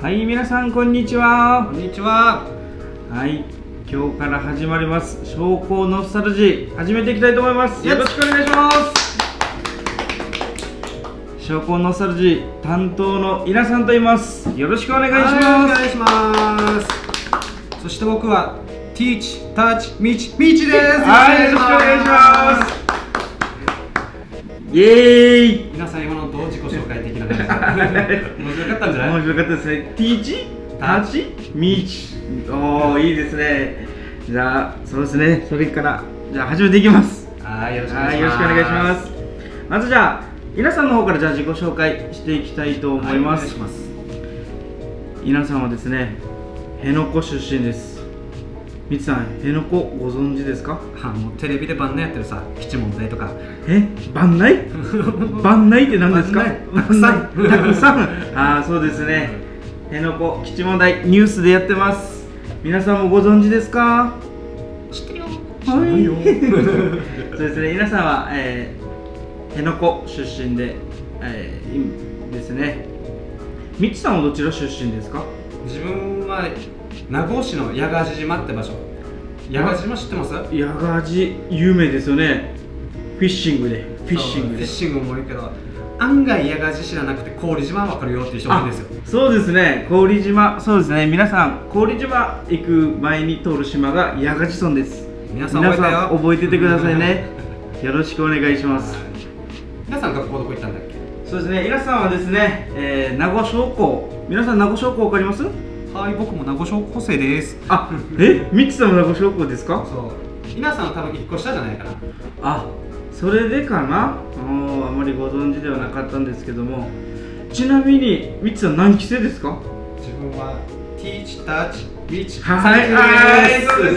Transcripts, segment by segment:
はい皆さんこんにちはこんにちは。はい今日から始まります商工ノスタルジー始めていきたいと思いますよよろろししくお願いします商工ノスタルジー担当の稲さんと言いますよろしくお願いしおま願いします。そして僕は Teach Touch Meet Meet です。すはいよろしくお願いしますイエーイ皆さん今のどう自己紹介的な感じ。面白かったんじゃない？面白かったですねティーチタタッチミーチおーいいですねじゃあそうですねそれからじゃあ始めていきますはい、よろしくおは願いい、しよろます。しくお願いします。まずじゃあ、皆さんの方からじゃあ自己紹介していきたいと思います。はいお願いします。皆さんはですね、辺野古出身です。みつさん、辺野古ご存知ですか？あ、もうテレビで晩年やってるさ、基地問題とか。え、番 内？番内って何ですか？番内たくさん番内たくさん。ああ、そうですね。辺野古基地問題ニュースでやってます。皆さんもご存知ですか？知ってるよ。はいよ。そうですね、皆さんは、えー、辺野古出身で、えー、いですね。みちさんはどちら出身ですか自分は名護市の矢ヶ島って場所。矢ヶ島知ってます？八ヶ寺、有名ですよね。フィッシングで。フィッシングフィッで。シングもいいけど案外矢ヶ地知らなくて氷島は分かるよっていう人もいるんですよそうですね、郡島、そうですね、皆さん、郡島行く前に通る島が八ヶ寺村です。皆さん覚えたよ皆さん覚えててくださいね。よろしくお願いします。皆さん学校どこ行ったんだっけそうですね、皆さんはですね、えー、名護商工、皆さん名護商工わかりますはい僕も名護小高生ですあ、え、ミッチさんも名護商工ですかそう皆さんは多分引っ越したんじゃないかなあそれでかなおーあまりご存知ではなかったんですけどもちなみにみつさん何期生ですか自分は Teach Touch Reach はい三期生で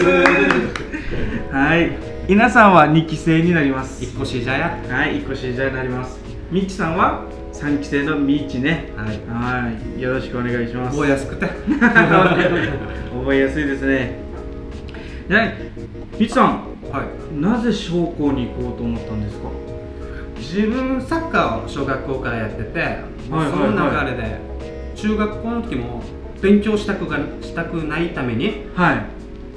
すはい稲さんは2期生になります引っ越しじゃやはい1個生じゃになりますみっちさんは3期生のみっちねはいはいよろしくお願いします覚えやすく て覚えやすいですねじゃあみっちさんはいなぜ商工に行こうと思ったんですか自分サッカーを小学校からやってて、はいその流れで中学校の時も勉強したくがしたくないためにはい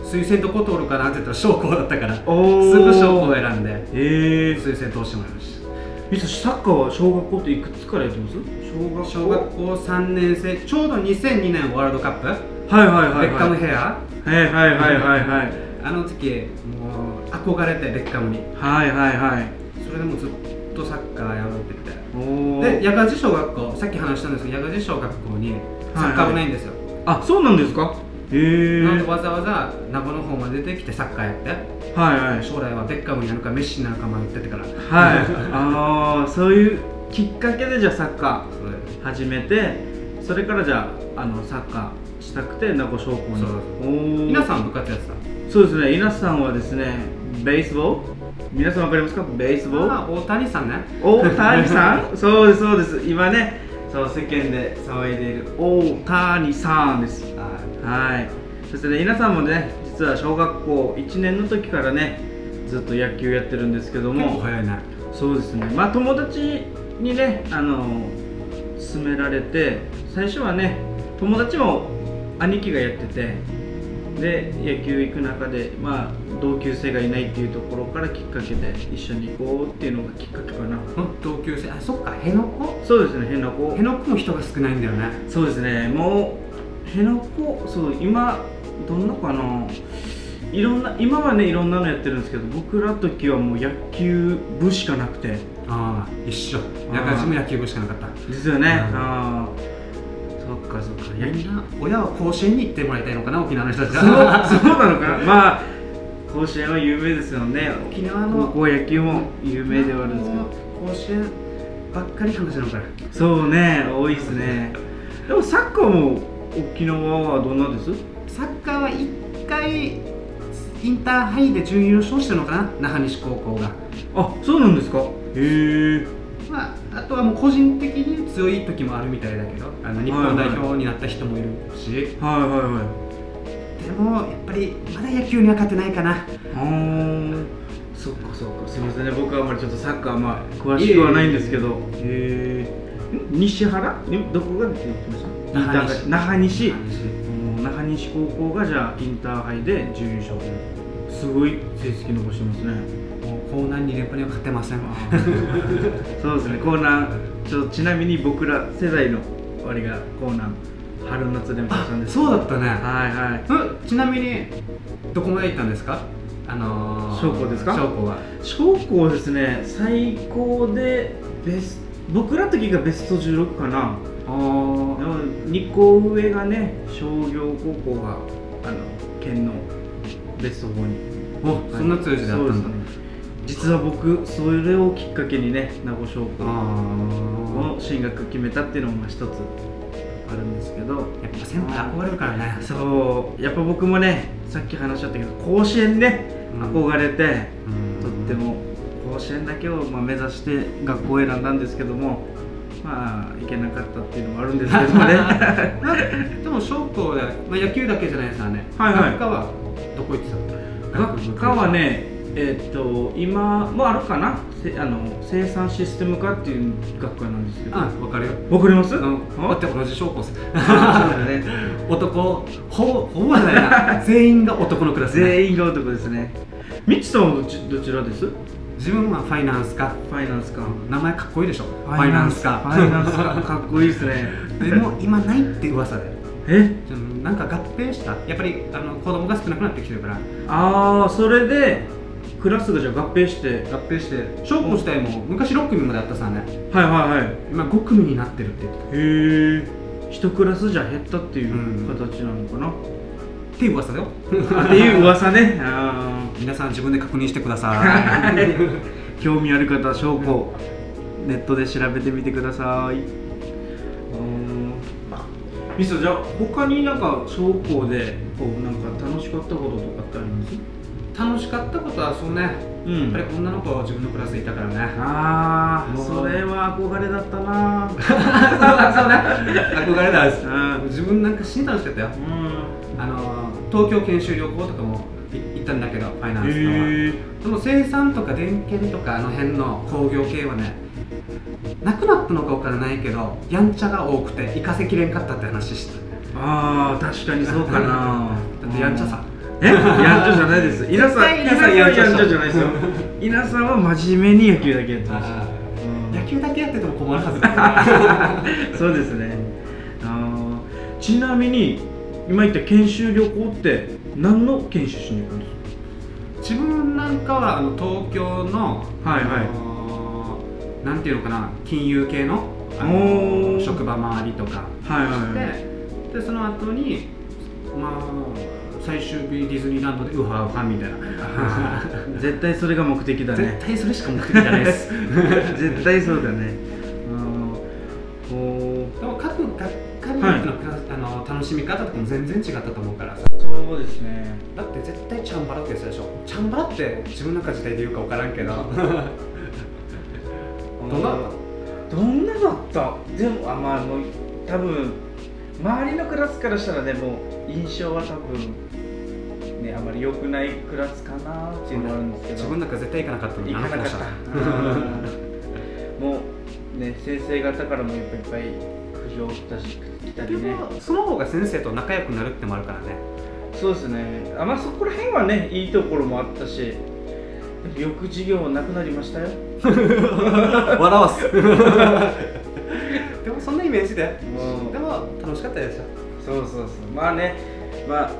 推薦どこ通るかなって言ったら将校だったからすおーぐ将校を選んでええ推薦通してもらいましたみっちさんサッカーは小学校っていくつからやってます小学校小学校3年生ちょうど2002年ワールドカップ、はいはいはいはいベッカムヘアはいはいはいはいはいあの時もう憧れてベッカムにはいはいはいそれでもうずっとサッカーやろうって言っておおで矢賀寺小学校さっき話したんですけど矢賀寺小学校にサッカー部ないんですよ、あそうなんですかへえなのでわざわざ名護の方まで出てきてサッカーやってはいはい将来はベッカムになるかメッシになるか迷っててからそはいああそういうきっかけでじゃあサッカれでー始めてそれからじゃああのサッカーしたくて名護商工にそうおお皆さん部活やってたそうですね稲さんはですねベースボール皆さんわかりますかベースボールあ大谷さんね大谷さん そうですそうです今ねそう世間で騒いでいる大谷さんですはいそしてね皆さんもね実は小学校1年の時からねずっと野球やってるんですけどもうも早いねそうですねまあ友達にねあの勧められて最初はね友達も兄貴がやっててで野球行く中でまあ同級生がいないっていうところからきっかけで一緒に行こうっていうのがきっかけかな同級生あそっか辺野古そうですね、辺野辺古。野古も人が少ないんだよねそうですね、もう辺野古、そう今どんなかな。いろんな今はねいろんなのやってるんですけど、僕らの時はもう野球部しかなくてああ一緒あ野あ球も野球部しかなかったですよね。うんああ、そ っかそっか。野み球んな親は甲子園に行ってもらいたいのかな沖縄の人たちそうがそうなのかな。まあ甲子園は有名ですよね。 沖縄高の校野球も有名ではあるんですけど。甲子園ばっかり話なのかなそうね、多いですね。でもサッカーも沖縄はどんなです？サッカーは1回インターハイで準優勝してるのかな那覇西高校が、あ、そうなんですか。へえ。まあ、あとはもう個人的に強い時もあるみたいだけどあの日本代表になった人もいるし、はいはいはい。でもやっぱりまだ野球には勝てないかなあーそっかそっかすみませんね僕はあまりちょっとサッカーまあ詳しくはないんですけどへえ西原にどこが出てきました那覇西インターハイ那覇西うん那覇那覇西高校がじゃあインターハイで準優勝すごい成績残してますね 西もう江南に連覇には勝てませんそうですね、コーナー、ちょちなみに僕ら世代の終わりがコーナー、春夏連覇したんですけど そうだったねはいはい。うんちなみにどこまで行ったんですかあのー、将校ですか将校は小校ですね、最高でベス僕らの時がベスト16かな。でおも2校上がね、商業高校が、あの、県のベスト4に。おそんな強い時代だったんだ、そうですね実は僕、それをきっかけにね、名護商校ああの進学決めたっていうのもまあ一つあるんですけど、やっぱ先輩憧れるからねそうやっぱ僕もねさっき話しちゃったけど甲子園ね、うん憧れてうんとっても甲子園だけをまあ目指して学校を選んだんですけどもまあ行けなかったっていうのもあるんですけど もねでも小校で、まあ、野球だけじゃないですからね、はいはい学科はどこ行ってたの学科はねえっと今もあるかなせあの生産システム科っていう学科なんですけどあ分かるよわかります、うあんだって同じ小校ですそうだね 男ほぼほぼじゃないな全員が男のクラス、ね、全員が男ですねみちさんはどちどちらですフ自分はファイナンスかァイナンス科名前かっこいいでしょファイナンスかファイナンス 科かっこいいですねでも今ないって噂でえちょなんか合併したやっぱりあの子供が少なくなってきてるからああそれでクラスがじゃあ合併して合併して小校自体も昔6組まであったさねはいはいはいへ今5組になってるって言ってえ一クラスじゃ減ったっていううん形なのかな、たっていう噂 だよっていう噂ねあ皆さん自分で確認してくださ いー興味ある方証拠、ネットで調べてみてくださいうんミスじゃあ他になんか小校でこうなんか楽しかったこととかってあります楽しかったことはそうねやうっぱり女の子は自分のクラスいたからねああもうそれは憧れだったな そうだそうだ 憧れだう自分なんか死に楽しかったよんあの東京研修旅行とかもい行ったんだけどファイナンスの、へえでも生産とか電研とかあの辺の工業系はねなくなったのかわからないけどやんちゃが多くて行かせきれんかったって話してたねああ確かにそうかなだってやんちゃさえやんちゃじゃないです稲さん絶対稲稲ささんんややんんちちゃゃじゃないですよ稲さんは真面目に野球だけやってましたうん野球だけやってても困るはずだそうですねあーちなみに今言った研修旅行って何の研修しに行くんですか 自分なんかはあの東京の、はいはいあのーなんていうのかな金融系のあのおーー職場周りとかはいし て、でその後にまあ最終日ディズニーランドでウハウハみたいない絶対それが目的だね絶対それしか目的じゃないです 絶対そうだねあーこでも各学科にはいよってのクラス、あの楽しみ方とかも全然違ったと思うからさうそうですねだって絶対チャンバラってやつでしょチャンバラって自分の中自体で言うか分からんけどどんなどんなだったでもあまあもう多分周りのクラスからしたらねもう印象は多分ねあまり良くないクラスかなっていうのはあるんですけど自分の中絶対行かなかったのに行かなかったあの子あーもうね先生方からもいっぱいいっぱい苦情来たし来たでりねもその方が先生と仲良くなるってもあるからねそうですねあまあそこら辺はねいいところもあったしでもよく授業はなくなりましたよ笑わすでもそんなイメージでうんでも楽しかったでしょそうそうそうまあねまあ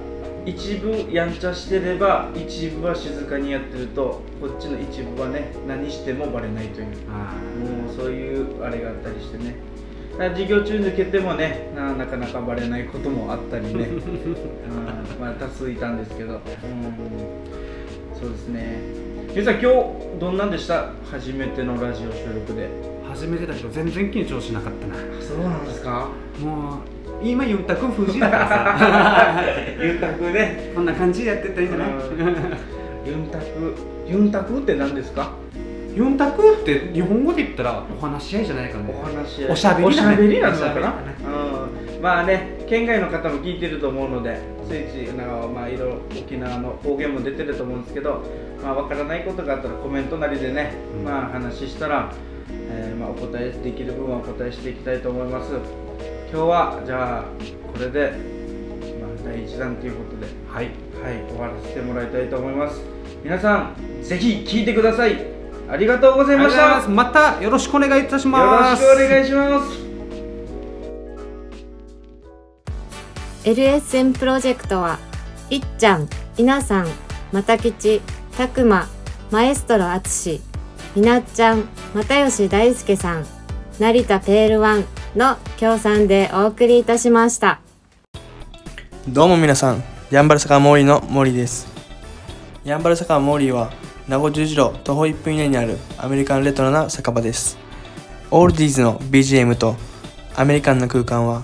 一部やんちゃしてれば一部は静かにやってるとこっちの一部はね何してもバレないというもうそういうあれがあったりしてねだから授業中抜けてもねななかなかバレないこともあったり ね、うんまあ多数いたんですけど、うん、そうですねゆうさん今日どんなんでした初めてのラジオ収録で初めてだけど全然緊張しなかったなそうなんですかもう今ゆうたくん封じだからさ ゆうたくね こんな感じでやってったらいいんじゃないゆんたくゆんたくって何ですかゆうたくって日本語で言ったらお話し合いじゃないからねお話おしゃべりだねおしゃべりなのかなおしゃべりうん、まあね県外の方も聞いてると思うのでスイッチなんかまあいろいろ沖縄の方言も出てると思うんですけどまあわからないことがあったらコメントなりでね、うんまあ話したらえーまあ、お答えできる部分はお答えしていきたいと思います今日はじゃあこれで、まあ、第1弾ということではいはい、終わらせてもらいたいと思います。皆さん、ぜひ聞いてください。ありがとうございました。よろしくまたよろしくお願いいたしおます願いします。 LSM プロジェクトは、いっちゃん、いなさん、またきち、たくま、マエストロあつし、みなっちゃん、またよし大輔さん、成田ペールワンの協賛でお送りいたしました。どうも皆さん、ヤンバル坂モーリーのモーリーです。ヤンバル坂モーリーは、名護十字路徒歩1分以内にあるアメリカンレトロな酒場です。オールディーズの BGM とアメリカンな空間は、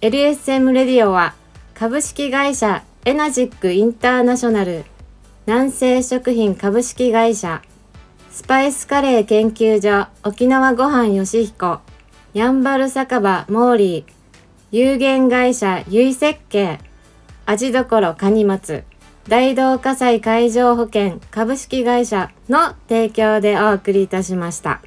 LSM レディオは株式会社エナジックインターナショナル南西食品株式会社スパイスカレー研究所沖縄ごはんよしひこやんばる酒場モーリー有限会社ゆい設計味どころかにまつ大道火災海上保険株式会社の提供でお送りいたしました。